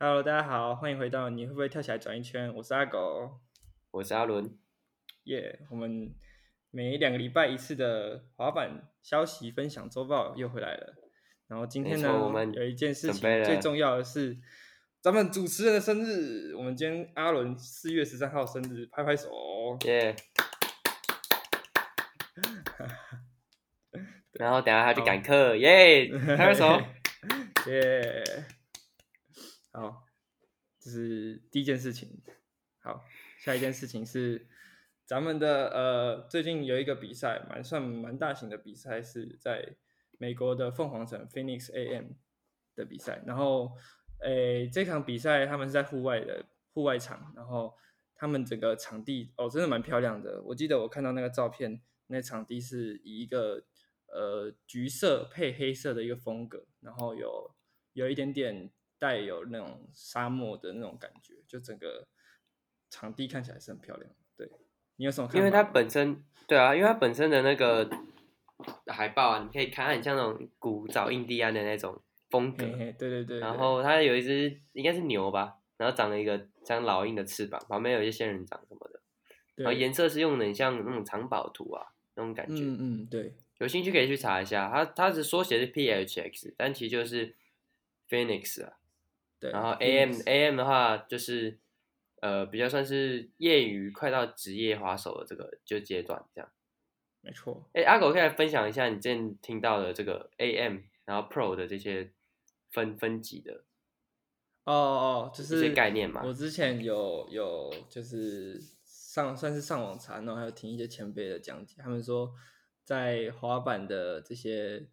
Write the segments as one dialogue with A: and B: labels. A: Hello，大家好，欢迎回到你会不会跳起来转一圈？我是阿狗，
B: 我是阿伦。
A: 耶、我们每两个礼拜一次的滑板消息分享周报又回来了。然后今天
B: 没
A: 呢，
B: 错我们
A: 有一件事情
B: 准备了
A: 最重要的是咱们主持人的生日。我们今天阿伦四月十三号生日，拍拍手。哦
B: 耶、然后等下他去赶课，耶！拍拍手。
A: 耶、好，这是第一件事情。好，下一件事情是咱们的呃，最近有一个比赛，蛮算蛮大型的比赛，是在美国的凤凰城 Phoenix AM 的比赛。然后，诶，这场比赛他们是在户外的户外场，然后他们整个场地哦，真的蛮漂亮的。我记得我看到那个照片，那场地是以一个呃橘色配黑色的一个风格，然后有有一点点带有那种沙漠的那种感觉，就整个场地看起来是很漂亮。对你有什么看法吗？
B: 因为它本身对啊，因为它本身的那个海报啊，你可以看它很像那种古早印第安的那种风格。
A: 嘿嘿，对对对，
B: 然
A: 对
B: 后它有一只应该是牛吧，然后长了一个像老鹰的翅膀，旁边有一些仙人掌什么的。然后
A: 对
B: 颜色是用的很像那种藏宝图啊那种感觉。
A: 嗯嗯对
B: 有兴趣可以去查一下，它它是缩写是 PHX，但其实就是 Phoenix 啊。
A: 对，
B: 然后
A: Phoenix
B: AM AM 的话就是呃比较算是业余快到职业滑手的这个就阶段这样。
A: 没错，
B: 哎，阿狗可以来分享一下你之前听到的这个 AM 然后 Pro 的这些分分级的
A: 哦哦，就
B: 一些
A: 是
B: 概念嘛？
A: 我之前有有就是上算是上网查，然后还有听一些前辈的讲解，他们说在滑板的这些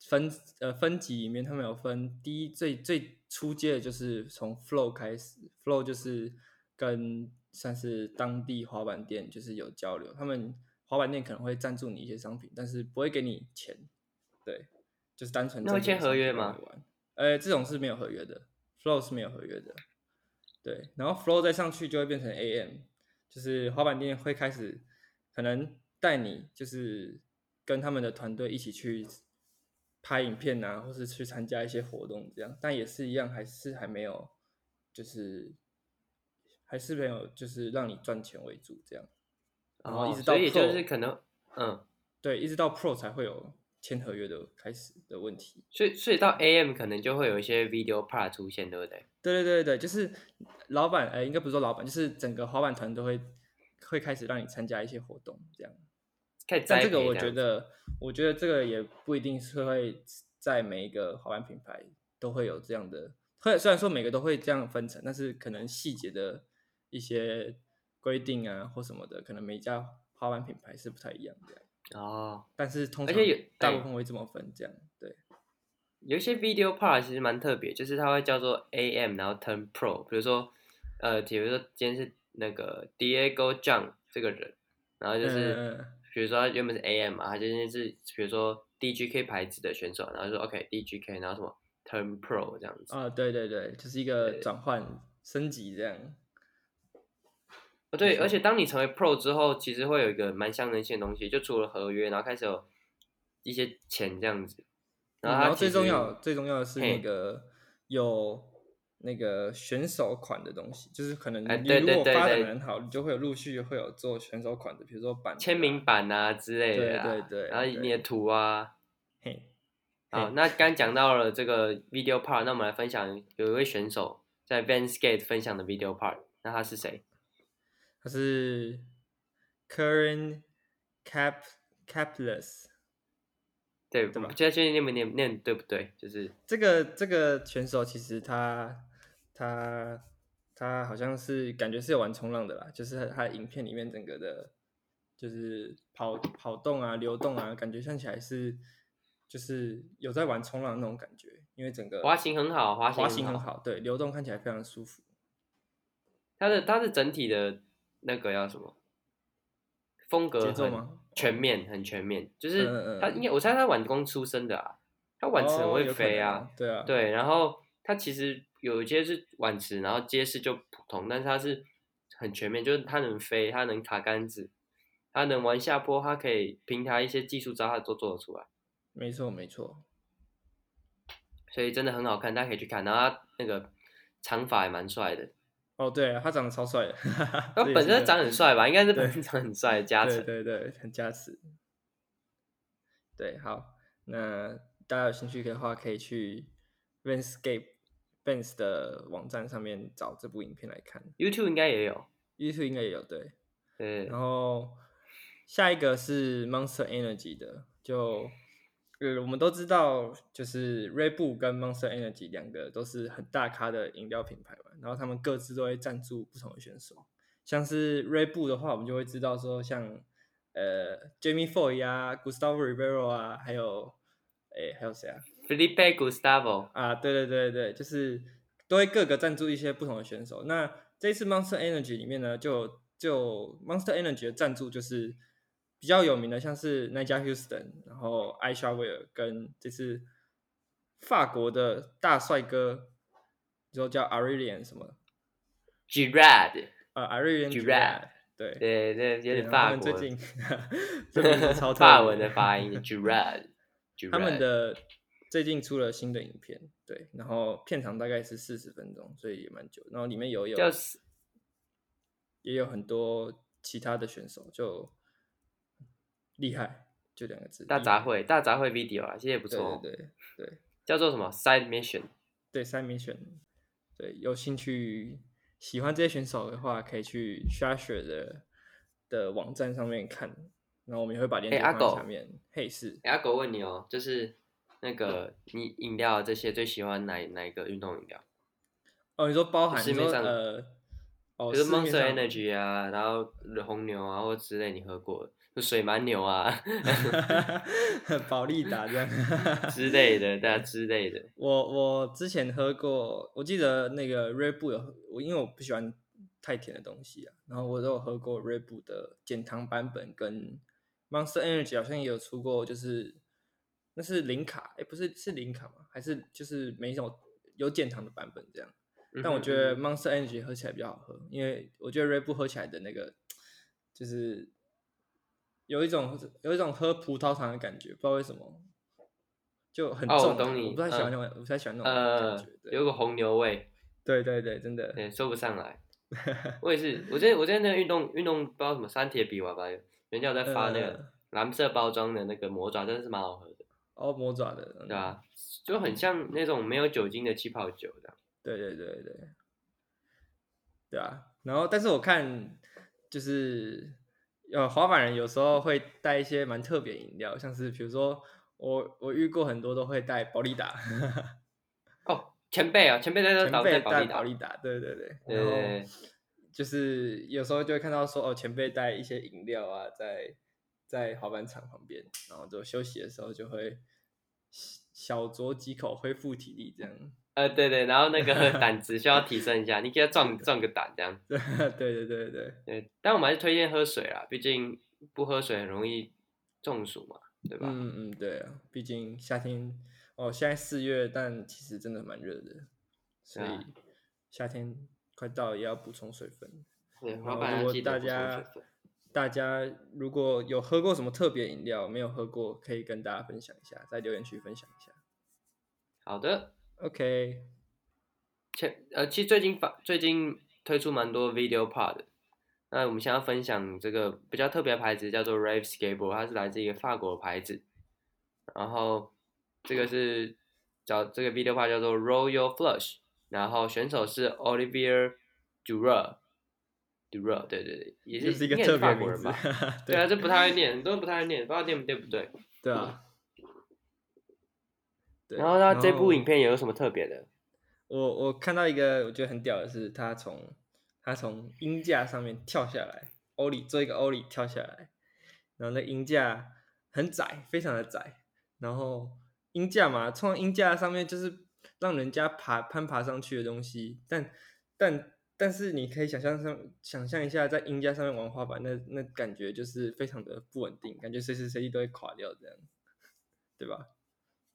A: 分呃分级里面，他们有分第一最最初阶的就是从 flow 开始，flow 就是跟算是当地滑板店就是有交流，他们滑板店可能会赞助你一些商品，但是不会给你钱，对，就是单纯
B: 那会
A: 赞助你
B: 签合
A: 商品
B: 约
A: 让
B: 吗
A: 你玩？呃，这种是没有合约的，flow 是没有合约的。对，然后 flow 再上去就会变成 AM，就是滑板店会开始可能带你就是跟他们的团队一起去拍影片啊，或是去参加一些活动这样，但也是一样，还是还没有就是还是没有就是让你赚钱为主这样，然哦后一直到
B: 哦所以也就
A: Pro
B: 是可能嗯，
A: 对，一直到 Pro 才会有签合约的开始的问题。
B: 所以所以到 AM 可能就会有一些 video part 出现，对不对？
A: 对对对对，就是老板，呃，应该不是说老板，就是整个滑板团都会会开始让你参加一些活动，这样。
B: 可以栽
A: 但
B: 培
A: 这个我
B: 样
A: 觉得，我觉得这个也不一定是会在每一个滑板品牌都会有这样的，会虽然说每个都会这样分成，但是可能细节的一些规定啊或什么的，可能每一家滑板品牌是不太一样的。
B: 哦。
A: 但是通
B: 而
A: 常
B: 且有
A: 大
B: 哎
A: 部分会这么分，这样对。
B: 有一些 video part 其实蛮特别，就是它会叫做 AM，然后 turn pro。比如说，呃，比如说今天是那个 Diego John 这个人，然后就
A: 嗯
B: 是，
A: 嗯嗯
B: 比如说他原本是 AM 嘛，他今天是比如说 DGK 牌子的选手，然后就说 OK DGK，然后什么 turn pro 这样子。
A: 啊，对对对，就是一个转换升级这样。
B: 哦，对，
A: 错
B: 而且当你成为 Pro 之后，其实会有一个蛮象征性的东西，就除了合约，然后开始有一些钱这样子。
A: 嗯
B: 然后它
A: 然后最
B: 其
A: 重
B: 实
A: 要最重要的是那
B: 嘿
A: 个有那个选手款的东西，就是可能
B: 哎
A: 你
B: 对
A: 如
B: 对
A: 果
B: 对
A: 发展
B: 对
A: 的很好，你就会有陆续会有做选手款的，比如说版
B: 签
A: 的啊
B: 名版啊之类的、啊，
A: 对对对
B: 然后你
A: 对
B: 的图啊，
A: 嘿，
B: 好
A: 嘿，
B: 那刚讲到了这个 video part，那我们来分享有一位选手在 Van Skate 分享的 video part，那他是谁？
A: 它是 current cap capless
B: 对，
A: 对吧
B: 我不确定念不念念对不对，就是
A: 这个这个选手其实他他他好像是感觉是有玩冲浪的啦，就是他他影片里面整个的，就是跑跑动啊、流动啊，感觉看起来是就是有在玩冲浪的那种感觉，因为整个
B: 滑行很好滑行
A: 滑
B: 很
A: 行很
B: 好
A: 好，对，流动看起来非常舒服。
B: 他的他的整体的那个要什么风格
A: 节奏
B: 很
A: 吗
B: 全面，很全面，就是
A: 嗯嗯嗯
B: 他应该我猜他晚工出身的啊，他晚池很
A: 哦
B: 会
A: 有可
B: 飞
A: 能
B: 啊，
A: 对啊，
B: 对，然后它其实有一些是碗池，然后街式就普通，但是它是很全面，就是它能飞，它能卡杆子，它能玩下坡，它可以平台一些技术招，它都做得出来，
A: 没错没错，
B: 所以真的很好看，大家可以去看。然后它那个长发也蛮帅的。
A: 哦，对啊，他长得超帅的，
B: 他
A: 他
B: 本身长很帅吧？应该是本
A: 对
B: 身长很帅的加
A: 对
B: 成。
A: 对对，很加持。对，好，那大家有兴趣的话，可以去 Vanscape Vans 的网站上面找这部影片来看
B: YouTube 应该也有，
A: ，YouTube 应该也有对。
B: 对
A: 然后下一个是 Monster Energy 的，就呃我们都知道，就是 Red Bull 跟 Monster Energy 两个都是很大咖的饮料品牌嘛，然后他们各自都会赞助不同的选手，像是 Red Bull 的话，我们就会知道说像呃 Jamie Foy 啊、Gustavo Ribeiro 啊，还有诶还有谁啊？
B: ，Felipe Gustavo，
A: 啊，对对对对，就是都会各个赞助一些不同的选手。那这一次 Monster Energy 里面呢，就就 Monster Energy 的赞助就是比较有名的，像是 Naja Houston，然后艾莎威尔跟这次法国的大帅哥，就叫 Aurelian 什么
B: Girard，
A: 呃 Aurelian
B: Girard
A: Girard，对，
B: 对对，有
A: 对
B: 点
A: 然后
B: 法
A: 他们
B: 国
A: 最
B: 的，
A: 近 这名字 超特
B: 法
A: 别
B: 文的 发音，Girard，
A: 他们的最近出了新的影片，对，然后片长大概是四十分钟，所以也蛮久。然后里面有有
B: 叫
A: 也有很多其他的选手，就厉害，就两个字。
B: 大
A: 厉
B: 杂
A: 害，
B: 烩，大杂烩 video 啊，其实也
A: 嗯
B: 不
A: 对
B: 错哦，
A: 对对对
B: 叫做什么 Side Mission，
A: 对，三名选，对，有兴趣喜欢这些选手的话，可以去 Shasher 的的网站上面看。然后我们也会把链接
B: 哎阿
A: 放在
B: 狗
A: 下面。嘿，是
B: 哎，阿狗问你哦，就是那个你饮料这些最喜欢哪哪一个运动饮料？
A: 哦，你说包含
B: 市
A: 你
B: 面
A: 说
B: 上
A: 呃，哦，
B: 就是
A: 市面
B: Monster
A: 上
B: Energy 啊，然后红牛啊或之类你喝过的，就水蛮牛啊
A: 保利达这样。
B: 之类的，对啊之类的，
A: 我我之前喝过，我记得那个 Red Bull 有喝我，因为我不喜欢太甜的东西啊，然后我都有喝过 Red Bull 的减糖版本，跟 Monster Energy 好像也有出过，就是那是零卡，哎，不是是零卡吗？还是就是没什么有减糖的版本这样？但我觉得
B: 嗯哼
A: Monster Energy 喝起来比较好喝，因为我觉得 Red Bull 喝起来的那个就是有一种有一种喝葡萄糖的感觉，不知道为什么，就很
B: 哦我
A: 重
B: 懂
A: 糖、
B: 你
A: 我不太喜欢
B: 嗯
A: 那种，我不太喜欢那种感
B: 呃
A: 觉。，
B: 有个红牛味，
A: 对对对对，真的，
B: 对，说不 上来。我也是，我今天我今天那个运动运动不知道什么三铁比瓦吧，人家有在发那个
A: 呃
B: 蓝色包装的那个魔爪，真的是蛮好喝的，
A: 哦，魔爪的，嗯
B: 对吧、就很像那种没有酒精的气泡酒这样。
A: 对对对对，对啊。然后，但是我看就是呃，滑板人有时候会带一些蛮特别的饮料，像是比如说我我遇过很多都会带保利达，
B: 哦，前辈啊，前辈在这
A: 前
B: 倒
A: 辈
B: 在
A: 带
B: 宝
A: 保
B: 利
A: 利达，对对对。
B: 对
A: 然
B: 对对
A: 后就是有时候就会看到说哦，前辈带一些饮料啊，在在滑板场旁边，然后就休息的时候就会小小酌几口恢复体力这样。
B: 呃对对，然后那个胆子需要提升一下，你给他壮壮个胆这样。
A: 对对对对对。
B: 对，但我们还是推荐喝水啦，毕竟不喝水很容易中暑嘛，对吧？
A: 嗯嗯，对啊，毕竟夏天哦，现在四月，但其实真的蛮热的，所
B: 对啊
A: 以夏天快到了也要补充水分。
B: 对，滑
A: 然后
B: 板
A: 如
B: 要
A: 果
B: 记
A: 大
B: 得补充水
A: 家
B: 分。
A: 大家如果有喝过什么特别饮料，没有喝过，可以跟大家分享一下，在留言区分享一下。
B: 好的，
A: OK，
B: 前呃，其实最近发最近推出蛮多 video part 的。那我们想要分享这个比较特别的牌子，叫做 Rave Skateboard，它是来自一个法国的牌子。然后这个是找这个 video part 叫做 Royal Flush，然后选手是 Olivier Dura。Dura，对对对，也
A: 就是是一个
B: 应该也
A: 特
B: 是
A: 别
B: 法
A: 的
B: 国
A: 名
B: 人
A: 字
B: 吧？。对啊，这不太会念，很多人不太会念，不知道念对不对。
A: 对啊。对哦
B: 然后它这部
A: 后
B: 影片也有什么特别的？
A: 我我看到一个我觉得很屌的是，他从他从鹰架上面跳下来，欧里做一个欧里跳下来，然后那鹰架很窄，非常的窄，然后鹰架嘛，冲到鹰架上面就是让人家爬攀爬上去的东西，但但但是你可以想象上想象一下，在鹰架上面玩滑板，那那感觉就是非常的不稳定，感觉随时随地都会垮掉这样，对吧？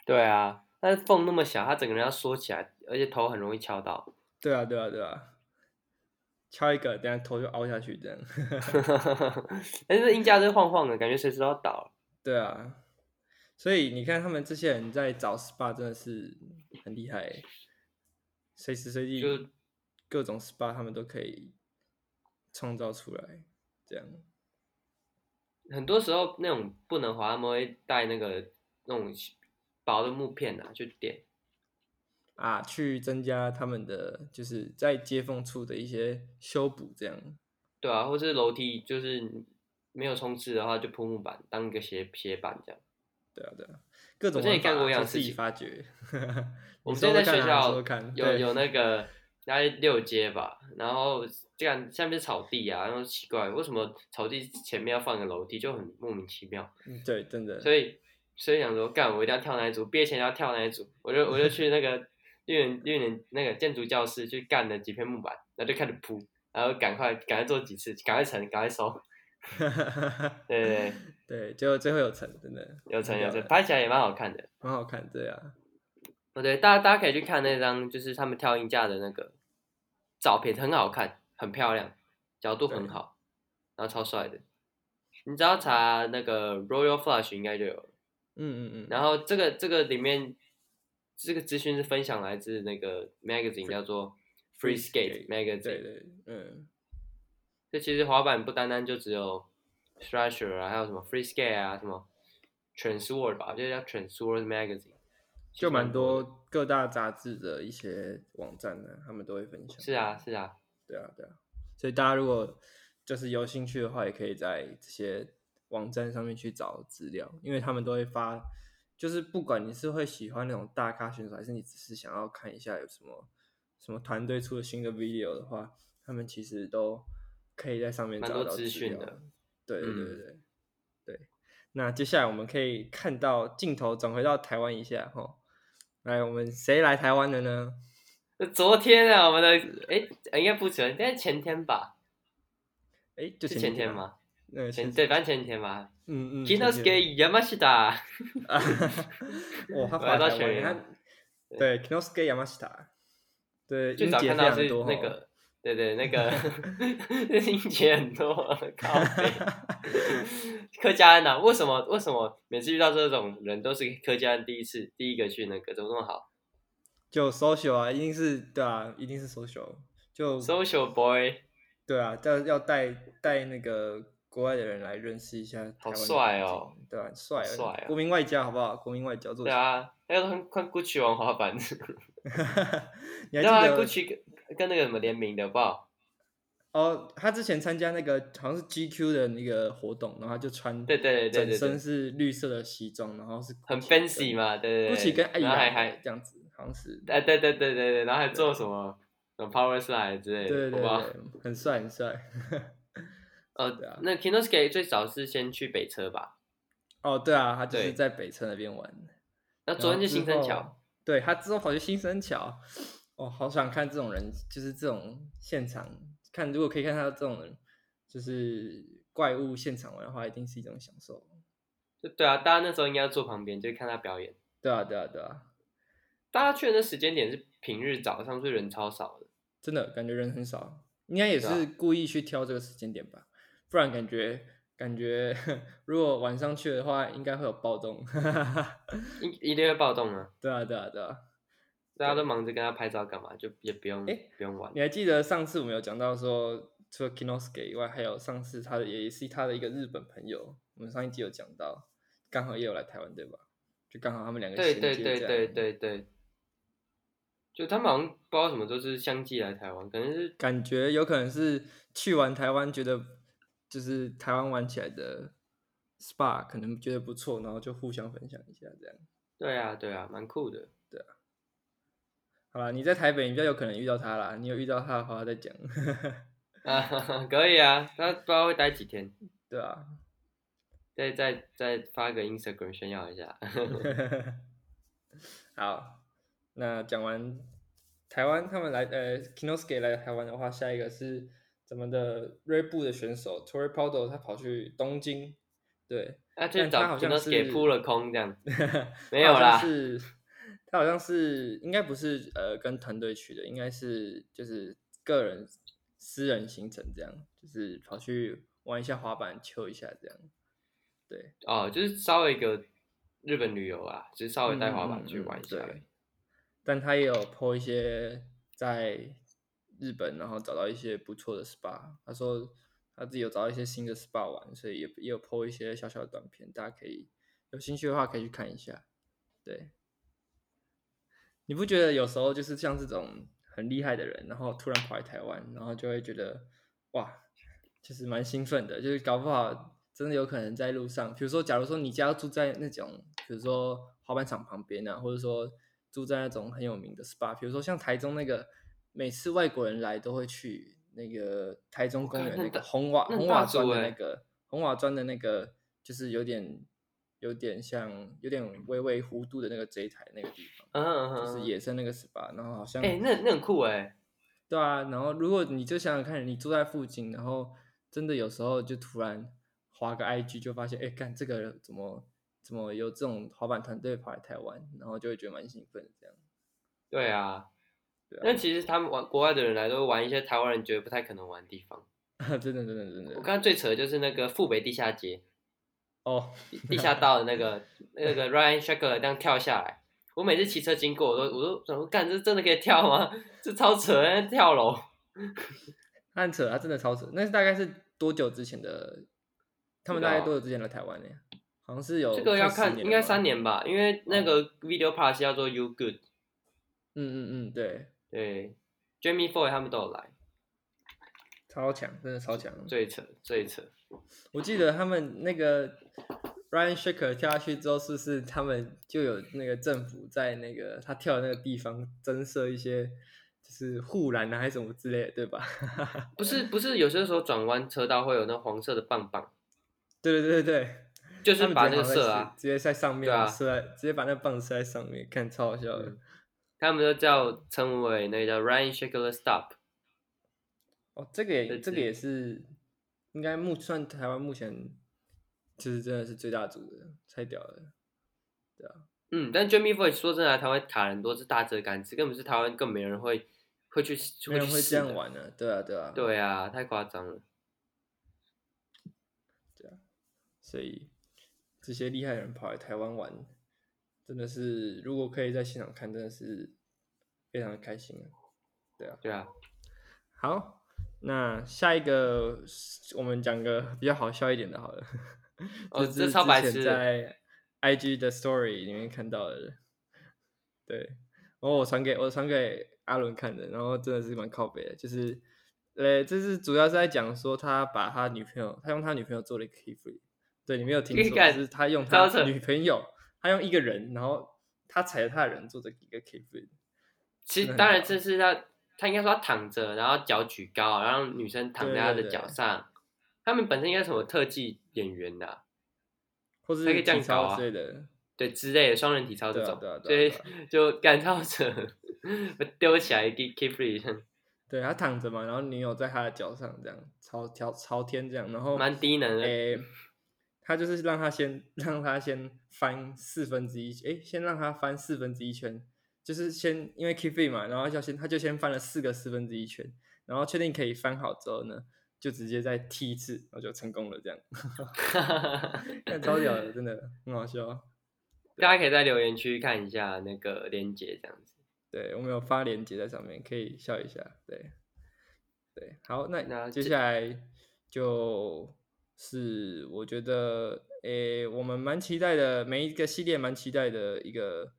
B: 对啊，但是缝那么小，他整个人要缩起来，而且头很容易敲到。
A: 对啊，对啊，对啊，敲一个，等下头就凹下去这样。
B: 但是硬架是晃晃的，感觉随时都要倒了。
A: 对啊，所以你看他们这些人在找 SPA 真的是很厉害欸。随时随
B: 就
A: 地各种 SPA 他们都可以创造出来，这样
B: 很多时候那种不能滑，他们会带那个那种薄的木片啊，就点。
A: 啊，去增加他们的就是在接缝处的一些修补，这样
B: 对啊，或是楼梯就是没有冲刺的话，就铺木板当一个斜斜板这样。
A: 对啊对啊，各种
B: 之前
A: 玩
B: 也干
A: 法
B: 过一样
A: 就
B: 的
A: 自
B: 事
A: 己
B: 情
A: 发掘。
B: 我
A: 你
B: 们之
A: 说说
B: 前在
A: 看
B: 学
A: 啊，
B: 校
A: 说说看，
B: 有
A: 对
B: 有那个大概六阶吧，然后这样下面是草地啊，然后奇怪为什么草地前面要放个楼梯，就很莫名其妙。
A: 嗯对，真的，
B: 所以所以想说，干我一定要跳那一组，毕业前一定要跳那一组，我就我就去那个绿园绿园那个建筑教室去干了几片木板，然后就开始铺，然后赶快赶快做几次，赶快成，赶快收，对对对
A: 对，结果最后有成，真的
B: 有成有
A: 屌
B: 成，
A: 的
B: 拍起来也蛮好看的。
A: 蛮好看，对啊，
B: 哦，对，大家大家可以去看那张，就是他们跳音架的那个照片，很好看，很漂亮，角度很
A: 对
B: 好，然后超帅的。你只要查那个 Royal Flush 应该就有了。
A: 嗯嗯嗯，
B: 然后这个这个里面这个资讯是分享来自那个 magazine 叫做 Free
A: Free
B: Skate
A: Skate，对
B: Magazine。
A: 对，嗯
B: 这其实滑板不单单就只有 Thrasher 啊，还有什么 Free Skate 啊，什么 Transword 吧，就叫 Transword Magazine，其实
A: 就蛮
B: 的。
A: 多各大杂志的一些网站呢，他们都会分享，
B: 是啊，是啊，
A: 对啊对啊，所以大家如果就是有兴趣的话，也可以在这些网站上面去找资料，因为他们都会发，就是不管你是会喜欢那种大咖选手，还是你只是想要看一下有什么什么团队出了新的 video 的话，他们其实都可以在上面
B: 蛮
A: 找
B: 多
A: 到
B: 资
A: 资
B: 讯
A: 料
B: 的。
A: 对对对
B: 嗯
A: 对、对。那接下来我们可以看到镜头转回到台湾一下哈，来，我们谁来台湾了呢？
B: 那昨天啊，我们的哎，应该不止，应该前天吧？
A: 哎，就是前
B: 前
A: 几
B: 天
A: 吧？
B: 吗？
A: 嗯，
B: 前
A: 前
B: 对，反正前天吧。
A: 嗯嗯，前几
B: Kinosuke Yamashita，
A: 啊， 哇，他
B: 我
A: 发
B: 来到
A: 台
B: 全
A: 湾，
B: 员
A: 他
B: 了
A: 对 Kinosuke Yamashita，对，
B: 最
A: 音
B: 早
A: 节
B: 看
A: 非
B: 到
A: 常
B: 是
A: 多
B: 那
A: 哦，
B: 个，对对，那个那音节很多，靠北。 柯佳恩啊，为什么为什么每次遇到这种人都是柯佳恩第一次第一个去那个，怎么这么好
A: 就 social 啊，一定是对啊，一定是 social，就
B: ？Social boy，
A: 对啊，要要带带那个国外的人来认识一下台
B: 好
A: 湾的
B: 帅
A: 环
B: 哦
A: 境，对啊，很帅
B: 好帅
A: 哦，
B: 哦
A: 国民外交好不好？国民外交做
B: 对啊，那个很看 Gucci 王滑板，
A: 你还
B: 然后
A: 记得
B: 还啊 Gucci 跟跟那个什么联名的，好不好？
A: 哦，他之前参加那个好像是 GQ 的那个活动，然后他就穿
B: 对对对
A: 整
B: 对对
A: 身，是绿色的西装，然后是
B: 很
A: Gucci 跟
B: fancy 嘛，对对对。
A: ，Gucci 跟艾
B: 然后还
A: 雅
B: 还
A: 这样子，好像是
B: 哎对对对对对，然后还做什么什么 power slide 之类的，
A: 对对
B: 好不好？
A: 对，很帅很帅。 对
B: 呃
A: 啊，
B: 那 Kinosuke 最早是先去北车吧？
A: 哦，对啊，他就是
B: 对
A: 在北车那边玩。
B: 那
A: 然
B: 昨
A: 后
B: 天就
A: 之
B: 新生
A: 后
B: 桥，，
A: 对他之后跑去新生桥，哦，好想看这种人，就是这种现场看，如果可以看到这种人，就是怪物现场玩的话，一定是一种享受。
B: 就对啊，大家那时候应该坐旁边，就是看他表演。
A: 对啊，对啊，对啊，
B: 大家去的那时间点是平日早上，所以人超少的。
A: 真的感觉人很少，应该也
B: 对啊
A: 是故意去挑这个时间点吧，不然感觉感觉 如果晚上去的话，应该会有暴动。
B: 一一定会暴动啊！
A: 对啊，对啊，对啊。
B: 大家都忙着跟他拍照干嘛，就也不用、
A: 诶
B: 不用玩。
A: 你还记得上次我们有讲到说，除了 Kinosuke 以外，还有上次他的也是他的一个日本朋友，我们上一集有讲到，刚好也有来台湾，对吧？就刚好他们两个
B: 对
A: 衔
B: 对
A: 接
B: 对
A: 这
B: 对
A: 样，
B: 对对，就他们好像不知道什么，都是相继来台湾，可能是
A: 感觉有可能是去完台湾，觉得就是台湾玩起来的 SPA 可能觉得不错，然后就互相分享一下这样。
B: 对啊对啊，蛮酷的。
A: 好啦，你在台北，你比较有可能遇到他啦。你有遇到他的话再讲，
B: 啊，可以啊，他不知道会待几天，
A: 对啊。
B: 再再再发个 Instagram 炫耀一下。
A: 好，那讲完台湾他们来呃 Kinosuke 来台湾的话，下一个是咱们的锐步的选手 Tori p o d o 他跑去东京， 对，
B: 那最
A: 但他
B: 早
A: 好
B: 啊就
A: 像
B: 都是给
A: 是
B: 扑了空这样。没
A: 他
B: 有
A: 好像
B: 啦
A: 是他好像是应该不是呃跟团队去的，应该是就是个人私人行程这样，就是跑去玩一下滑板，秋一下这样，对，
B: 哦，就是稍微一个日本旅游啊，就是稍微带滑
A: 嗯
B: 板
A: 嗯
B: 去
A: 嗯
B: 玩一下而已。
A: 对但他也有 po 一些在日本，然后找到一些不错的 SPA。他说他自己有找到一些新的 SPA 玩，所以也也有 PO 一些小小的短片，大家可以有兴趣的话可以去看一下。对，你不觉得有时候就是像这种很厉害的人，然后突然跑来台湾，然后就会觉得哇，就是蛮兴奋的，就是搞不好真的有可能在路上，比如说，假如说你家住在那种，比如说滑板场旁边啊，或者说住在那种很有名的 SPA，比如说像台中那个，每次外国人来都会去那个台中公园
B: 看
A: 那
B: 那
A: 个
B: 大
A: 红瓦
B: 那
A: 红
B: 大
A: 瓦砖
B: 洲
A: 的
B: 欸
A: 那个红瓦砖的那个，就是有点有点像有点微微弧度的那个 J 台那个地方，
B: 嗯哼嗯哼，
A: 就是野生那个 SPA，然后好像
B: 哎、那那很酷哎、
A: 对啊，然后如果你就想想看，你住在附近，然后真的有时候就突然划个 IG 就发现，哎，干这个怎么怎么有这种滑板团队跑来台湾，然后就会觉得蛮兴奋的这样。
B: 对啊
A: 对啊，
B: 那其实他们玩国外的人来都会玩一些台湾人觉得不太可能玩的地方。
A: 真的真的真
B: 我
A: 的
B: 刚刚最扯的就是那个富北地下街、
A: 哦，
B: 地地下道的那个那个 Ryan Shackler 这样跳下来，我每次骑车经过我都我都怎么干这真的可以跳吗？这超扯，那跳楼。
A: 哦他很扯，他真的超扯。那是大概是多久之前的？他们大概
B: 不知
A: 多
B: 道
A: 久之前来台湾呢？好像是有
B: 这个要
A: 快10
B: 看，
A: 年
B: 应该
A: 了吧嗯
B: 三。年吧，因为那个 Video Pass 叫做 You Good，
A: 嗯嗯嗯，对，
B: 对，Jamie Foy 他们都有来，
A: 超强，真的超强。
B: 最扯最扯。
A: 我记得他们那个 Ryan Shaker 跳下去之后，是不是他们就有那个政府在那个他跳的那个地方增设一些就是护栏啊，还是什么之类的，对吧？
B: 不是不是，有些时候转弯车道会有那黄色的棒棒，
A: 对对对对对，
B: 就
A: 就是
B: 把那个射啊，
A: 直接在上面啊
B: 对啊
A: 射在，直接把那棒射在上面，看超好笑的。
B: 嗯他们都叫称为那个叫 Ryan Shackler Stop。
A: 哦，这个也
B: 对
A: 这个
B: 对
A: 也是应该目算台湾目前就是真的是最大组的，太屌了。
B: 嗯，但 Jamie Foy 说真的啊，台湾卡很多是大折杆子，根本是台湾更没人会会去
A: 没
B: 会
A: 人
B: 去
A: 会
B: 试
A: 这样
B: 的。
A: 玩呢、对啊对啊。
B: 对啊，太夸张了。
A: 所以这些厉害的人跑来台湾玩，真的是如果可以在现场看，真的是非常的开心啊。
B: 对啊，
A: 好，那下一个我们讲个比较好笑一点的，好了。
B: 哦
A: 这
B: 这
A: 是
B: 超白
A: 之前
B: 痴的
A: 在 IG 的 Story 里面看到的，对，然后我传给我传给阿伦看的，然后真的是蛮靠北的，就是，呃，这是主要是在讲说他把他女朋友，他用他女朋友做了一个 kickflip，对，你没有 听错，
B: 干
A: 就是他用
B: 超
A: 他
B: 扯
A: 女朋友，他用一个人，然后他踩着他的人做的一个 kickflip，
B: 其
A: 真的
B: 实
A: 很
B: 当然
A: 屌
B: 这是他，他应该说他躺着，然后脚举高，然后女生躺在他
A: 对对
B: 的
A: 对
B: 脚上。他们本身应该是什么特技演员呐、
A: 或是
B: 他可以这样
A: 体
B: 搞
A: 操
B: 啊
A: 之类的，
B: 对之类的双人体操
A: 对
B: 这
A: 啊
B: 种，
A: 对啊
B: 所
A: 对啊
B: 以
A: 对啊
B: 就干跳者丢起来给 keep free，
A: 对他躺着嘛，然后女友在他的脚上这样朝朝朝天这样，然后
B: 蛮低能的。
A: 诶、他就是让他先让他先翻四分之一，诶、先让他翻四分之一圈，就是先因为 k i f i 嘛，然后要先他就先翻了四个四分之一圈，然后确定可以翻好之后呢，就直接再踢一次，然后就成功了这 样，看超屌的，真的很好笑。啊
B: 大家可以在留言区看一下那个链接，这样子。
A: 对，我们有发链接在上面，可以笑一下。对，对，好，那
B: 那
A: 接
B: 这
A: 下来就是我觉得，诶、我们蛮期待的，每一个系列蛮期待的一个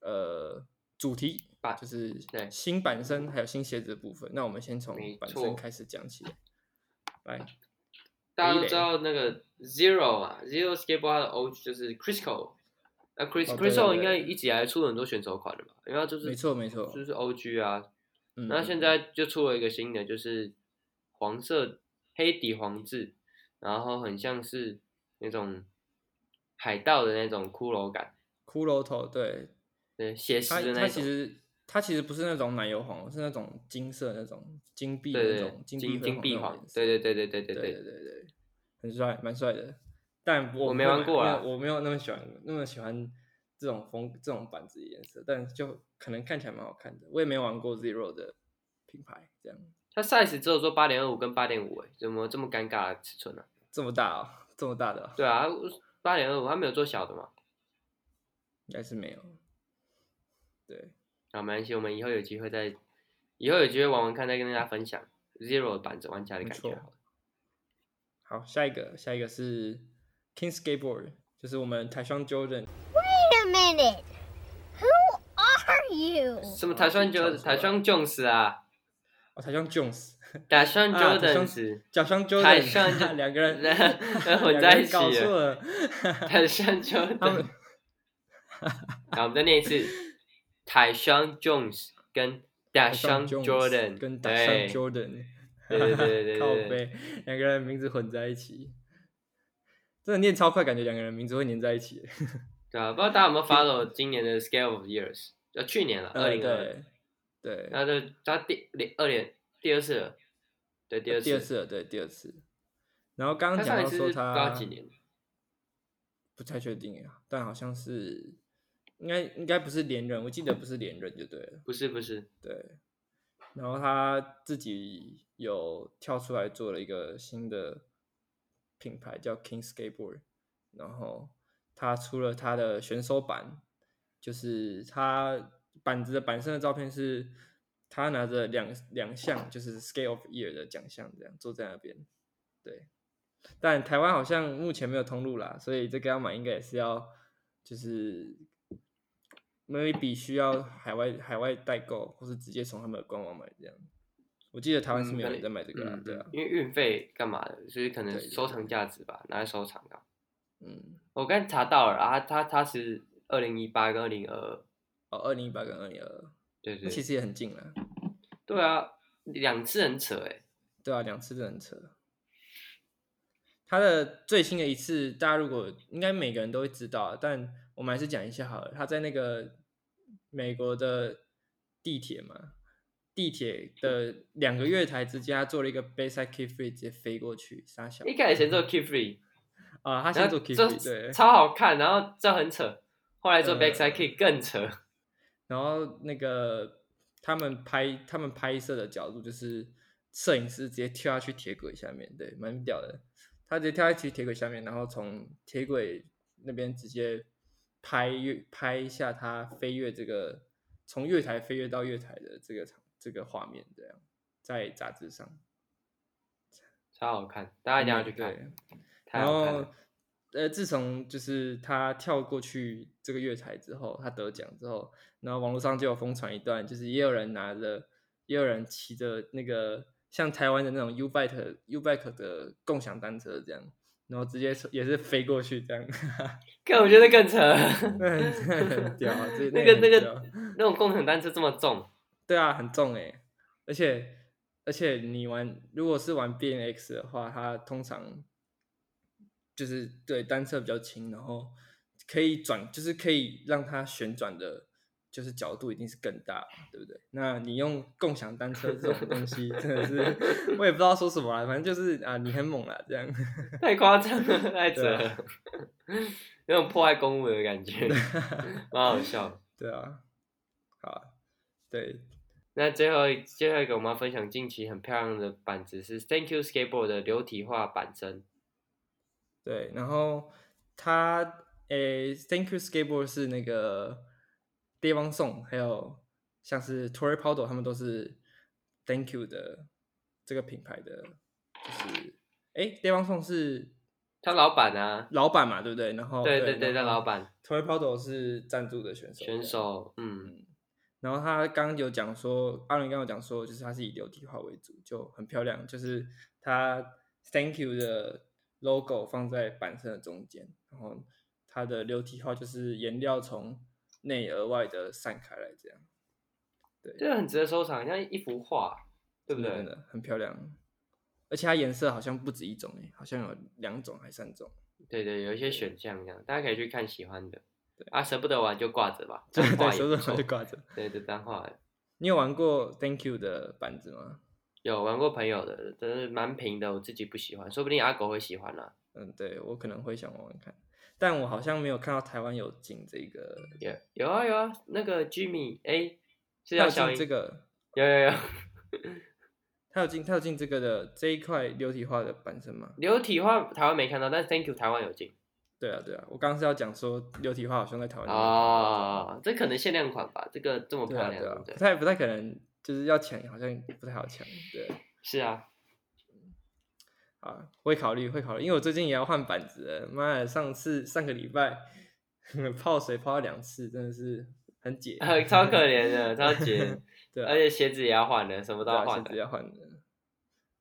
A: 呃主题
B: 版，
A: 就是
B: 对
A: 新板身还有新鞋子的部分。那我们先从
B: 没
A: 板身
B: 错
A: 开始讲起，来，
B: 大家
A: 第
B: 都
A: 一
B: 知道那个 Zero 嘛，Zero Skateboard 它的 O 就是 Crisco，那 Cris
A: 哦对对
B: Criso
A: 对
B: 应该一直以来出了很多选手款的嘛，因为它就是
A: 没错没错
B: 就是 OG 啊。
A: 嗯，
B: 那现在就出了一个新的，就是黄色黑底黄字，然后很像是那种海盗的那种骷髅感，
A: 骷髅头，对，
B: 对，写实
A: 它
B: 的
A: 它
B: 那
A: 其
B: 种，
A: 实它其实不是那种奶油黄，是那种金色那种金币
B: 对
A: 那
B: 对
A: 种，
B: 金
A: 碧
B: 金
A: 碧
B: 碧黄，对对对对对
A: 对
B: 对
A: 对
B: 对，
A: 对对，很帅，蛮帅的。但我
B: 我没
A: 那
B: 玩
A: 么
B: 过
A: 没有
B: 啊
A: 我没有那么喜欢那么喜欢这种风这种板子的颜色，但就可能看起来蛮好看的。我也没玩过 Zero 的品牌，这样
B: 它 size 只有说八点二五跟八点五，哎，怎么这么尴尬的尺寸呢、啊？
A: 这么大哦，这么大的哦、
B: 对啊，八点二五它没有做小的嘛。
A: 应该是没有。对，
B: 啊，没关系，我们以后有机会再以后有机会玩玩看，再跟大家分享 Zero 的板子玩起来的感觉
A: 没错
B: 好了。
A: 好，下一个，下一个是 King Skateboard，就是我们台商 Jordan，
C: Wait a minute. Who are you?
B: 什么台上
A: 好
B: Jordan、
A: 自己找出来
B: 台上 Jones 啊，
A: 哦，台商 Jones，
B: 台上
A: 啊台上
B: Jordan，
A: 假商
B: 台商
A: Jordan，两个 人
B: 混在一起
A: 两个人搞错
B: 了，
A: 了，
B: 台上
A: 他们
B: Jordan。好，我们再念一次，台上 Jones 跟台上
A: Jones
B: Jordan
A: 跟打上
B: 对
A: Jordan，
B: 对对对 对
A: 靠
B: 对
A: 背，两个人名字混在一起，真的念超快，感觉两个人名字会粘在一起。
B: 对啊，不知道大家有没有 follow 今年的 Scale of Years？呃，去年了，二零二，
A: 对对，
B: 那就他第第二年第二次了，对，第二次，
A: 第二次了，对第二次。然后刚
B: 他
A: 刚讲
B: 上一
A: 到
B: 次
A: 说
B: 是不知道
A: 他
B: 几年，
A: 不太确定呀，但好像是应该应该不是连任，我记得不是连任就对了。
B: 不是不是，
A: 对，然后他自己有跳出来做了一个新的品牌叫 King Skateboard，然后他出了他的选手版，就是他板子的板身的照片是他拿着两两项就是 Scale of Year 的奖项，这样坐在那边，对。但台湾好像目前没有通路啦，所以这个要买应该也是要就是 maybe 需要海外海外代购，或是直接从他们的官网买这样。我记得台湾是
B: 嗯
A: 没有
B: 可
A: 人
B: 能
A: 在卖这个啦，
B: 嗯
A: 对啊，
B: 因为运费干嘛的，就是可能
A: 对对
B: 收藏价值吧，拿来收藏啊。
A: 嗯，
B: 我刚才查到了啊，他他是二零一八跟二零二二，
A: 哦，二零一八跟二零二，
B: 对
A: 那
B: 对，
A: 其实也很近了，
B: 对啊，两次很扯哎、
A: 对啊，两次真的很扯。他的最新的一次，大家如果应该每个人都会知道，啊但我们还是讲一下好了。他在那个美国的地铁嘛，地铁的两个月台之间，他做了一个 backside kickflip，直接飞过去，傻小
B: 一开始先做 Keep Free，
A: 啊！他
B: 然
A: 先
B: 后
A: 做
B: 这
A: kickflip，对，
B: 超好看，然后这很扯，后来做
A: 呃
B: Backside Kick 更扯，
A: 然后那个他们拍他们拍摄的角度就是摄影师直接跳下去铁轨下面，对，蛮屌的。他直接跳下去铁轨下面，然后从铁轨那边直接拍越拍一下他飞跃这个从月台飞跃到月台的这个场这个画面，这样在杂志上，
B: 超好看，大家一定要去
A: 嗯对
B: 看，太
A: 然
B: 好看
A: 后
B: 了。，
A: 呃，自从就是他跳过去这个月台之后，他得奖之后，然后网络上就有疯传一段，就是也有人拿着，也有人骑着那个像台湾的那种 U bike U bike 的共享单车这样，然后直接从也是飞过去这样，
B: 看我觉得更扯，
A: 那很很屌啊， 这
B: 那个那
A: 很
B: 个
A: 屌
B: 那种共享单车这么重，
A: 对啊，很重哎、而且而且你玩如果是玩 B N X 的话，它通常就是对单侧比较轻，然后可以转，就是可以让它旋转的，就是角度一定是更大嘛，对不对？那你用共享单车这种东西，真的是我也不知道说什么啦，反正就是啊，你很猛啦，这样。
B: 太夸张了，太扯
A: 对啊
B: 了，那种破坏公物的感觉， 蛮好笑的。
A: 对啊，好啊，对，
B: 那最后一最后一个我们要分享近期很漂亮的板子是 Thank You Skateboard 的流体画板针，
A: 对，然后他诶，Thank You Skateboard 是那个 d a v o n Song，还有像是 Tory p o d o 他们都是 Thank You 的这个品牌的，就是诶 d a v o n Song 是
B: 他老板啊，
A: 老板嘛，对哦不对？然后
B: 对对对，他
A: 然
B: 老
A: 后
B: 板
A: Tory p o d o 是赞助的选手，
B: 选。手，嗯。
A: 然后他刚刚有讲说，阿伦刚刚有讲说，就是他是以流体画为主，就很漂亮，就是他 Thank you 的 logo 放在板身的中间，然后它的流体画就是颜料从内而外的散开来，这样
B: 这个很值得收藏，像一幅画，对不对？
A: 真的真的很漂亮。而且它颜色好像不止一种诶，好像有两种还三种，
B: 对对，有一些选项这样，大家可以去看喜欢的
A: 对。
B: 啊，舍不得玩就挂着吧，
A: 对
B: 当画
A: 对，
B: 也
A: 手指
B: 不
A: 头
B: 错
A: 就。挂着。
B: 对对，当画的
A: 你有玩过 Thank you 的板子吗？
B: 有玩过朋友的，真是蛮平的，我自己不喜欢，说不定阿狗会喜欢啊啦、
A: 嗯，对我可能会想玩玩看，但我好像没有看到台湾有进这个，
B: 有有啊有啊，那个 Jimmy 哎，是
A: 它
B: 叫
A: 有进
B: 小英
A: 这个。
B: 有有有，
A: 他有进，他有进这个的这一块流体画的版身吗？
B: 流体画台湾没看到，但是 Thank you 台湾有进
A: 对啊，对啊，我刚刚是要讲说流体画好像在台湾
B: 哦哦，这可能限量款吧，这个这么
A: 对
B: 漂
A: 啊，
B: 亮，
A: 对啊，
B: 不
A: 不太不太可能就是要抢好像不太好抢，对。
B: 是啊，，
A: 啊，会考虑，会考虑，因为我最近也要换板子了。妈的，上次上个礼拜 泡水泡了两次，真的是很解
B: 超可怜 的，超级，
A: 对啊，
B: 而且鞋子也要换的，什么都
A: 对啊
B: 要换
A: 鞋子
B: 的。
A: 要换的。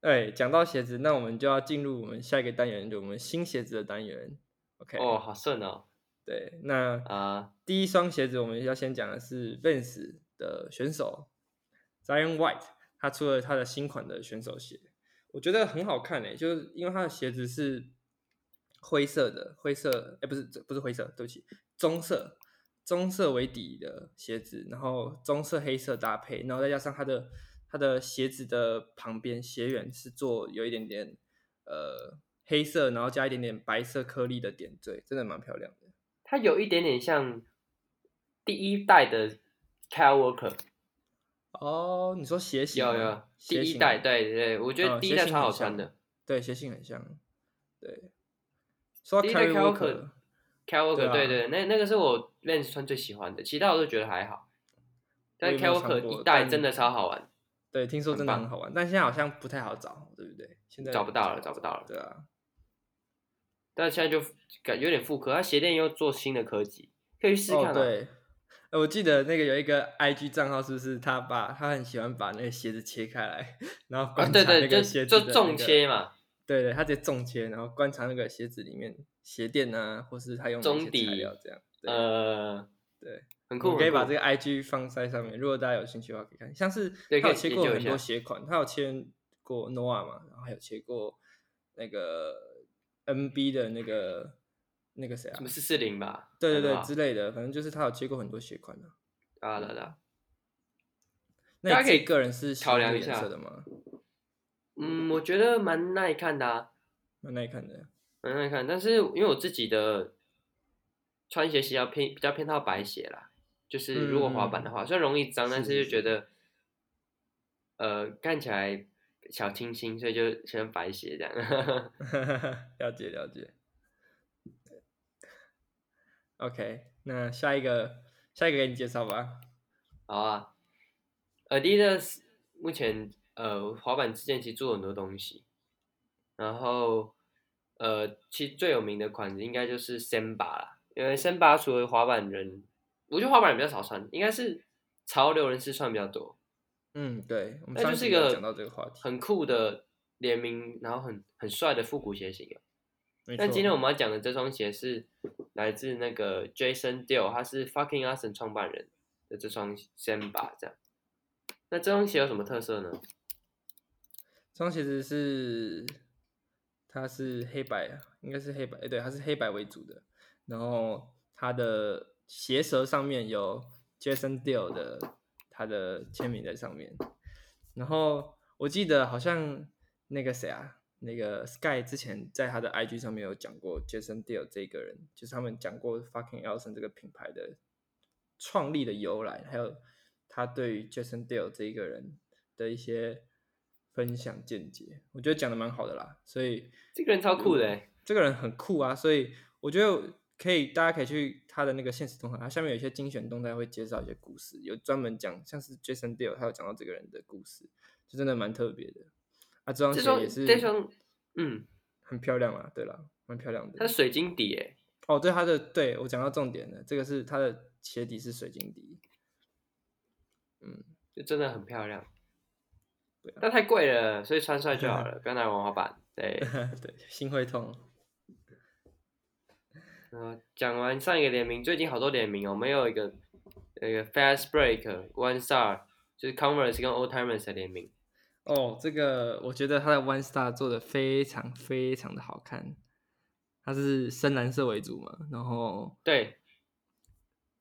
A: 哎，讲到鞋子，那我们就要进入我们下一个单元，就我们新鞋子的单元。OK，、
B: 哦，好顺哦，
A: 对，那
B: 啊、
A: 第一双鞋子我们要先讲的是 Vans 的选手 Zion White，他出了他的新款的选手鞋，我觉得很好看诶、就是因为他的鞋子是灰色的，灰色哎、诶不是不是灰色，对不起，棕色，棕色为底的鞋子，然后棕色黑色搭配，然后再加上它的它的鞋子的旁边鞋缘是做有一点点呃黑色，然后加一点点白色颗粒的点缀，真的蛮漂亮的。
B: 它有一点点像第一代的 c a l Walker，
A: 哦，你说鞋型
B: 有
A: 吗
B: 有第
A: 鞋
B: 一
A: 型
B: 代，
A: 吗
B: 对对，我觉得
A: 嗯
B: 第一
A: 鞋
B: 代
A: 型
B: 超
A: 很
B: 好穿
A: 像
B: 的。
A: 对，鞋型很像，对。说到
B: 第一代
A: Kyle
B: Kyle
A: Walker，
B: c a l Walker，
A: 对
B: 对
A: 啊
B: 对，那那个是我 Lens 穿最喜欢的，其他我都觉得还好。但
A: 也
B: c
A: 没
B: a l
A: 有穿
B: Walker
A: 过
B: 一代
A: 但
B: 真的超好玩，
A: 对，听说
B: 很
A: 真的很
B: 棒
A: 好玩，但现在好像不太好找，对不对？现在
B: 找不到
A: 太
B: 了
A: 好
B: 找不到了
A: 对啊，
B: 但现在就感有点复刻，它鞋垫又做新的科技，可以去试试看、啊
A: 哦，对。呃我记得那个有一个 IG 账号，是不是他把他很喜欢把那个鞋子切开来， 然后
B: 啊，
A: 观察
B: 对
A: 那
B: 对，
A: 个
B: 就
A: 鞋子、
B: 就重切，嘛，
A: 对对，他直接重切，然后观察那个鞋子里面鞋垫啊，或是他用哪
B: 中
A: 些材
B: 底
A: 料这样。对
B: 呃，
A: 对，
B: 很
A: 我
B: 酷，
A: 们可以
B: 很
A: 把
B: 酷
A: 这个 IG 放在上面，如果大家有兴趣的话，可以看。像是
B: 对
A: 他有
B: 可以
A: 切
B: 研
A: 过
B: 究一
A: 很多
B: 下
A: 鞋款，他有切过 Noah 嘛，然后还有切过那个 NB 的那个那个谁啊
B: 什么？四四零吧，
A: 对对对，
B: 啊
A: 之类的，反正就是他有切过很多鞋款的、
B: 对啊对
A: 嗯
B: 啊，
A: 那你
B: 大家
A: 自
B: 可
A: 己
B: 以
A: 个人是喜
B: 考
A: 欢
B: 量
A: 这个
B: 一
A: 颜
B: 下
A: 色的吗？
B: 嗯，我觉得蛮耐看的啊，
A: 蛮耐看的。
B: 蛮耐看，但是因为我自己的穿鞋习较偏比较偏好白鞋啦，就是如果滑板的话，虽然容易脏，但
A: 嗯是
B: 是
A: 是
B: 就觉得呃看起来小清新，所以就喜欢白鞋这样。
A: 了解了解。OK，那下一个下一个给你介绍吧。
B: 好啊，Adidas 目前呃滑板之间其实做很多东西，然后呃其实最有名的款子应该就是 Samba 啦，因为 Samba 除了滑板人，我觉得滑板人比较少穿，应该是潮流人士穿比较多，
A: 嗯，对，我们
B: 那
A: 上
B: 就
A: 一
B: 是
A: 集
B: 一
A: 有
B: 个
A: 讲到这个话题，
B: 很酷的联名，然后很很帅的复古鞋型啊。
A: 没
B: 那
A: 错
B: 今天我们要讲的这双鞋是来自那个 Jason Dill，他是 Fucking Awesome 创办人的这双 Samba 这样。那这双鞋有什么特色呢？
A: 这双鞋子是，它是黑白，啊应该是黑白，诶对，它是黑白为主的。然后它的鞋舌上面有 Jason Dill 的他的签名在上面。然后我记得好像那个谁啊，那个 Sky 之前在他的 IG 上面有讲过 Jason Dill 这个人，就是他们讲过 Fucking Elson 这个品牌的创立的由来，还有他对于 Jason Dill 这一个人的一些分享见解，我觉得讲的蛮好的啦。所以
B: 这个人超酷的、欸，
A: 这个人很酷啊，所以我觉得可以，大家可以去他的那个现实动态，他下面有一些精选动态会介绍一些故事，有专门讲，像是 Jason Dill，他有讲到这个人的故事，就真的蛮特别的。啊，这双
B: 这
A: 鞋
B: 双
A: 也是
B: 这双，嗯，
A: 很漂亮啊，对啦，蛮漂亮
B: 它
A: 的
B: 是。水晶底、欸，
A: 哦，对，它的对我讲到重点了，这个是它的鞋底是水晶底，
B: 就真的很漂亮
A: 对啊。
B: 但太贵了，所以穿帅就好 了，不要拿来玩滑板。对，
A: 对，心会痛。
B: 然后讲完上一个联名，最近好多联名哦，我们有一个那个 Fast Break、One Star，就是 Converse 跟 Old Timers 的联名。
A: 哦，这个我觉得它的 One Star 做的非常非常的好看，它是深蓝色为主嘛，然后
B: 对，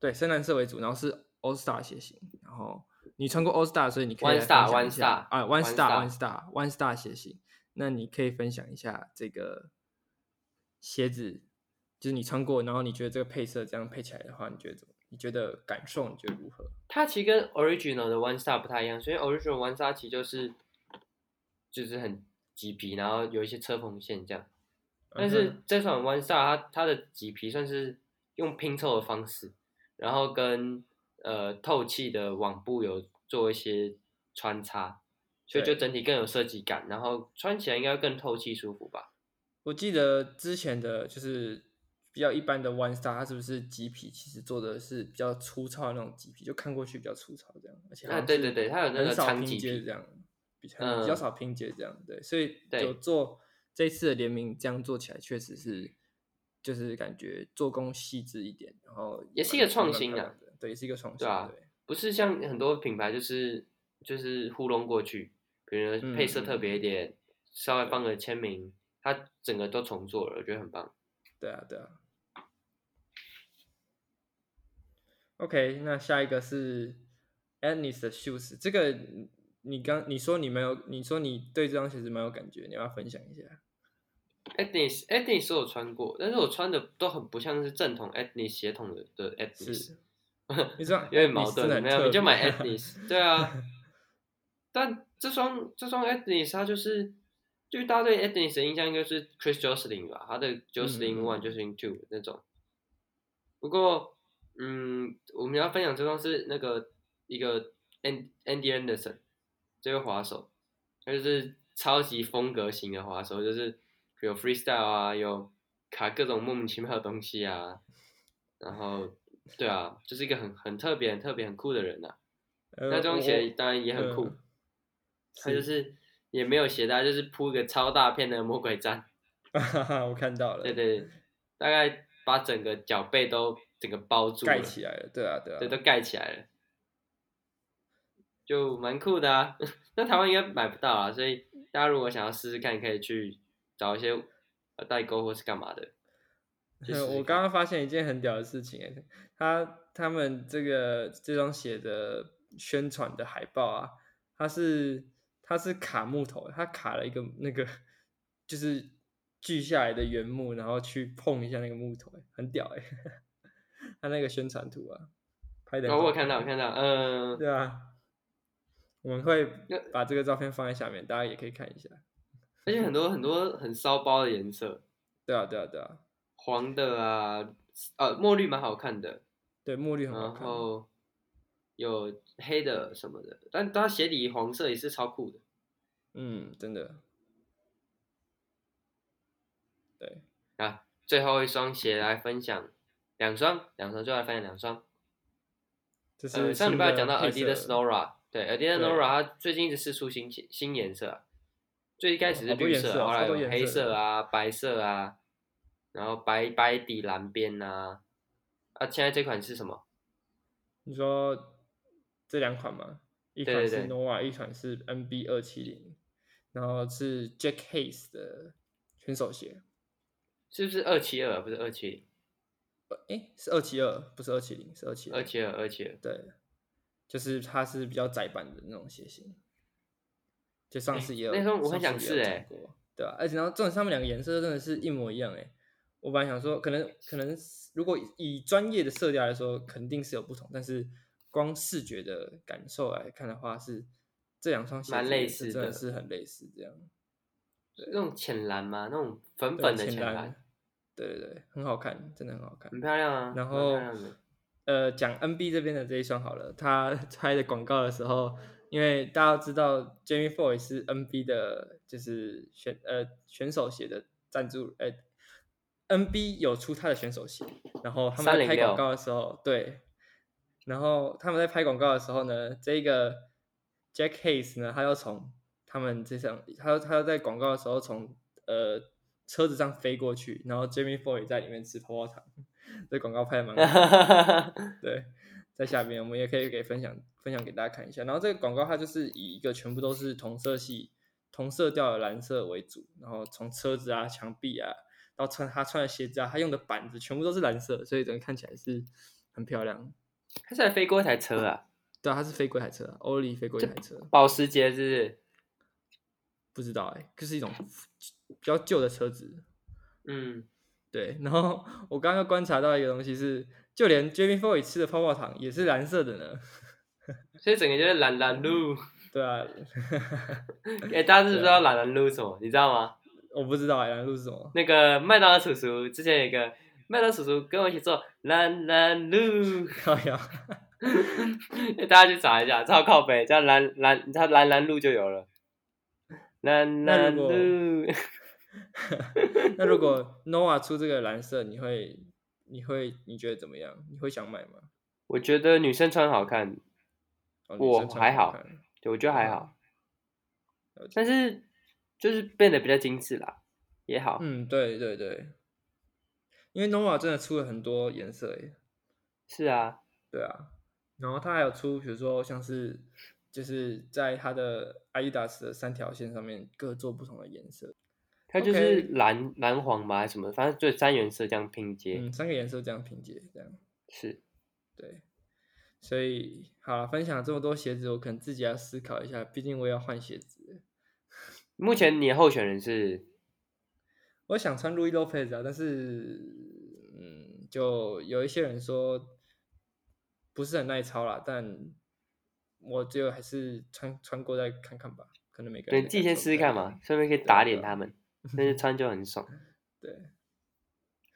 A: 对，深蓝色为主，然后是 All Star 鞋型，然后你穿过 All Star，所以你可以来
B: One
A: 分
B: Star，
A: 享一
B: One
A: 下
B: Star，
A: 啊，One
B: One
A: Star，One
B: Star
A: Star，One Star 鞋型，那你可以分享一下这个鞋子，就是你穿过，然后你觉得这个配色这样配起来的话，你觉得怎么？你觉得感受你觉得如何？
B: 它其实跟 original 的 One Star 不太一样，所以 original One Star 其实就是就是很麂皮，然后有一些车缝线这样。但
A: 嗯
B: 是
A: 哼
B: 这款 One Star 它它的麂皮算是用拼凑的方式，然后跟呃透气的网布有做一些穿插，所以就
A: 对
B: 整体更有设计感，然后穿起来应该更透气舒服吧？
A: 我记得之前的就是比较一般的 One Star，它是不是麂皮其实做的是比较粗糙的那种麂皮，就看过去比较粗糙这样，而且好
B: 啊，
A: 像
B: 对
A: 是
B: 对对，它有那
A: 很
B: 个
A: 少
B: 长
A: 拼
B: 几
A: 接
B: 皮
A: 这，样，比较比较
B: 嗯
A: 少拼接这样，对，所以
B: 对
A: 有做这次的联名，这样做起来确实是，就是感觉做工细致一点，然后
B: 也
A: 蛮
B: 是一个创
A: 蛮蛮
B: 新
A: 漂
B: 啊
A: 亮的，对，也是一个创新，
B: 对啊不是像很多品牌就是就是糊弄过去，比如配色
A: 嗯
B: 特别一点，稍微放个签名，它整个都重做了，我觉得很棒。
A: 对啊，对啊。OK，那下一个是 Annie's 的 shoes，这个你你刚你说你没有，你说你对这双鞋子蛮有感觉，你要不要分享一下。
B: Ethnic Ethnic 是我穿过，但是我穿的都很不像是正统 Ethnic 血统的的 Ethnic，
A: 是你说有
B: 有点矛盾
A: 的，。
B: 没有，你就买 Ethnic，对啊但这双这双 Ethnic 它就是，就大家对 Ethnic 的印象应该是 Chris Jocelyn 吧，他的 Jocelyn
A: 嗯
B: One、Jocelyn Two 那种。不过，嗯，我们要分享这双是那个一个 And Andy Anderson 这位滑手，他就是超级风格型的滑手，就是有 freestyle 啊，有卡各种莫名其妙的东西啊，然后对啊，就是一个很很特别、很特别、很酷的人呐、啊。
A: 呃
B: 那这双鞋
A: 我
B: 当然也很酷，
A: 嗯
B: 它就是也没有鞋带，就是铺一个超大片的魔鬼毡，
A: 我 我看到了，
B: 对对，对大概把整个脚背都整个包住了，
A: 盖起来了，对啊对啊，
B: 对，都盖起来了，就蛮酷的啊。 那台湾应该买不到啊，所以大家如果想要试试看，可以去找一些呃代购或是干嘛的。去试试
A: 呃我
B: 看
A: 刚刚发现一件很屌的事情欸，他他们这个这双鞋的宣传的海报啊，它是它是卡木头，它卡了一个那个就是锯下来的原木，然后去碰一下那个木头欸， 很屌哎、他那个宣传图啊，拍的、
B: 哦，我有看到，我，看到，嗯、
A: 对啊，我们会
B: 那
A: 把这个照片放在下面，大家也可以看一下，
B: 而且很多很多很骚包的颜色，
A: 对啊对啊对啊，
B: 黄的啊，呃，墨绿蛮好看的，
A: 对墨绿很好
B: 然
A: 看，
B: 后有黑的什么的，但它鞋底黄色也是超酷的。
A: 嗯，真的，对。
B: 啊，最后一双鞋来分享，两双，两双就来分享两双。
A: 就
B: 呃，
A: 是
B: 上礼拜有讲到
A: 耳
B: a d
A: 机
B: 的
A: 的
B: Snora，对 a d 的
A: 对
B: Snora，它最近一直试出新鞋新颜色啊，最一开始
A: 好
B: 是
A: 多
B: 绿
A: 颜
B: 色，
A: 色啊
B: 后来
A: 超多
B: 有
A: 颜
B: 黑
A: 色的
B: 色啊、白色啊，然后白白底蓝边啊。啊，现在这款是什么？
A: 你说这两款吗？一
B: 对
A: 款
B: 对
A: 是
B: 对
A: Nova，一款是 NB 二七零，然后是 Jack Hayes 的选手鞋，
B: 是不是二七二？不是二七
A: 哎，是二七二，不是二七零，是二七
B: 二七二二七二。
A: 对，就是它是比较窄版的那种鞋型，就上次也有、
B: 那双我很
A: 上次
B: 想试
A: 也有
B: 欸
A: 讲过对啊吧、而且然后这种上面两个颜色真的是一模一样哎、我本来想说，可能可能如果以专业的色调来说，肯定是有不同，但是光视觉的感受来看的话是，这两双鞋子
B: 蛮类
A: 也
B: 似
A: 是真的
B: 的
A: 是很类似这样，
B: 那种浅蓝吗？那种粉
A: 对
B: 粉的
A: 浅
B: 浅蓝
A: 蓝，，对对对，很好看，真的很好看，
B: 很漂亮啊。
A: 然
B: 蛮漂
A: 后
B: 亮 的，
A: 呃，讲 NB 这边的这一双好了，他 拍的广告的时候，因为大家都知道 Jamie Foy 是 NB 的，就是选呃选手鞋的赞助，呃，NB 有出他的选手鞋，然后他们在拍
B: 306
A: 广告的时候，对，然后他们在拍广告的时候呢，这个 Jack Hayes 呢，他要从他们这上，他要他要在广告的时候从呃车子上飞过去，然后 Jamie Foy 在里面吃泡泡糖，这广告拍的蛮好看的。 对，在下面我们也可以给分享分享给大家看一下。然后这个广告它就是以一个全部都是同色系、同色调的蓝色为主，然后从车子啊、墙壁啊，到穿他穿的鞋子啊，他用的板子全部都是蓝色，所以整个看起来是很漂亮。
B: 它是来飞过一台车啊，
A: 对啊，它是飞过一台车啊，欧力飞过一台车，
B: 保时捷是不是？
A: 不知道哎、就是一种比较旧的车子。
B: 嗯，
A: 对，然后我刚刚观察到一个东西是，就连 Jamie Foy 吃的泡泡糖也是蓝色的呢。
B: 所以整个就是懒懒路。
A: 对啊，
B: 哎、大家知不知道懒懒路是什么？你知道吗？
A: 我不知道哎、蓝路是什么。
B: 那个麦当劳叔叔之前有一个麦当劳叔叔跟我一起做懒懒路， 哎
A: 靠呀，
B: 大家去查一下，超靠北，叫蓝蓝，它蓝蓝路就有了。蓝
A: 那
B: 蓝
A: 如果
B: 路，
A: 那如果 Nova 出这个蓝色，你会你会你觉得怎么样？你会想买吗？
B: 我觉得女生穿好看，
A: 哦、
B: 我
A: 女生穿
B: 还好
A: 看
B: 对我觉得还好
A: 了解，
B: 但是就是变得比较精致啦，也好。
A: 嗯，对对对，因为 Nova 真的出了很多颜色欸耶。
B: 是啊，
A: 对啊，然后他还有出，比如说像是就是在他的 Adidas 的三条线上面各做不同的颜色，
B: 它就是
A: OK
B: 蓝蓝黄嘛，还是什么，反正就三原色这样拼接。
A: 嗯，三个颜色这样拼接，这样
B: 是，
A: 对。所以好了，分享这么多鞋子，我可能自己要思考一下，毕竟我也要换鞋子。
B: 目前你的候选人是
A: 我想穿 Louis Lopez 啊，但是嗯，就有一些人说不是很耐操啦，但我就还是穿穿过再看看吧，可能每个人
B: 对，
A: 的
B: 自己
A: 感
B: 先
A: 受
B: 试试
A: 不太
B: 看
A: 一
B: 嘛
A: 样，，
B: 顺便可以
A: 对啊
B: 打
A: 对
B: 脸
A: 啊
B: 他们，但是穿就很爽。
A: 对。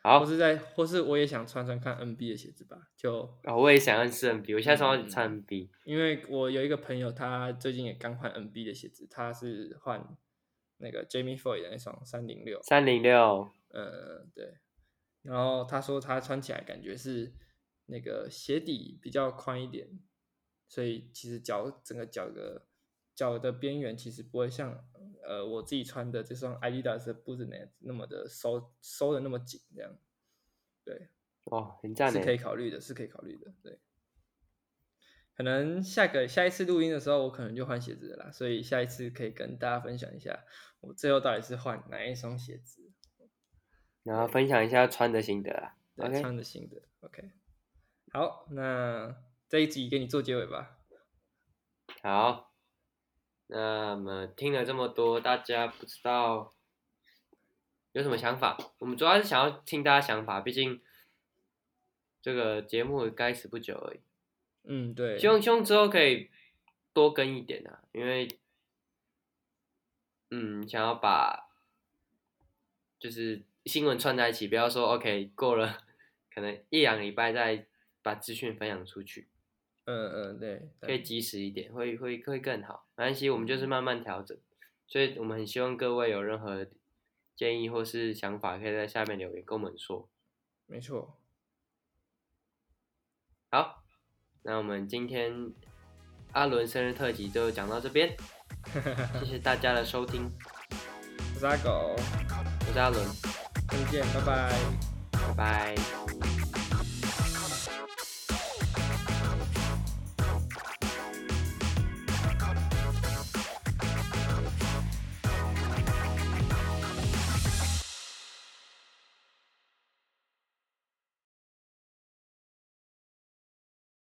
B: 好，
A: 或是在，或是我也想穿穿看 NB 的鞋子吧，就
B: 哦，我也想要试 NB，我现在超
A: 嗯
B: 想穿 NB，
A: 因为我有一个朋友，他最近也刚换 NB 的鞋子，他是换那个 Jamie Foy 的那双三零六，
B: 三零六，
A: 呃，对，然后他说他穿起来感觉是那个鞋底比较宽一点，所以其实脚整个脚的脚的边缘其实不会像呃我自己穿的这双 Adidas 的 boot 那样子那么的收收的那么紧，这样，对，
B: 哦，很赞
A: 是可以
B: 诶。
A: 考虑的，是可以考虑的。对，可能下个下一次录音的时候，我可能就换鞋子了啦，所以下一次可以跟大家分享一下我最后到底是换哪一双鞋子，
B: 然后分享一下穿的心得啊啦。
A: 对
B: OK，
A: 穿的新的。OK，好，那这一集给你做结尾吧。
B: 好，那么听了这么多，大家不知道有什么想法？我们主要是想要听大家想法，毕竟这个节目开始不久而已。
A: 嗯，对，
B: 希望希望之后可以多更一点啊，因为嗯，想要把就是新闻串在一起，不要说 OK 过了，可能一两个礼拜再把资讯分享出去，
A: 嗯嗯对，
B: 可
A: 对
B: 以
A: 嗯
B: 及时一点，会会会更好。没关系，我们就是慢慢调整，所以我们很希望各位有任何建议或是想法，可以在下面留言跟我们说。
A: 没错。
B: 好，那我们今天阿伦生日特辑就讲到这边。谢谢大家的收听，
A: 我是阿狗，
B: 我是阿伦，
A: 再见，拜拜。
B: 拜拜。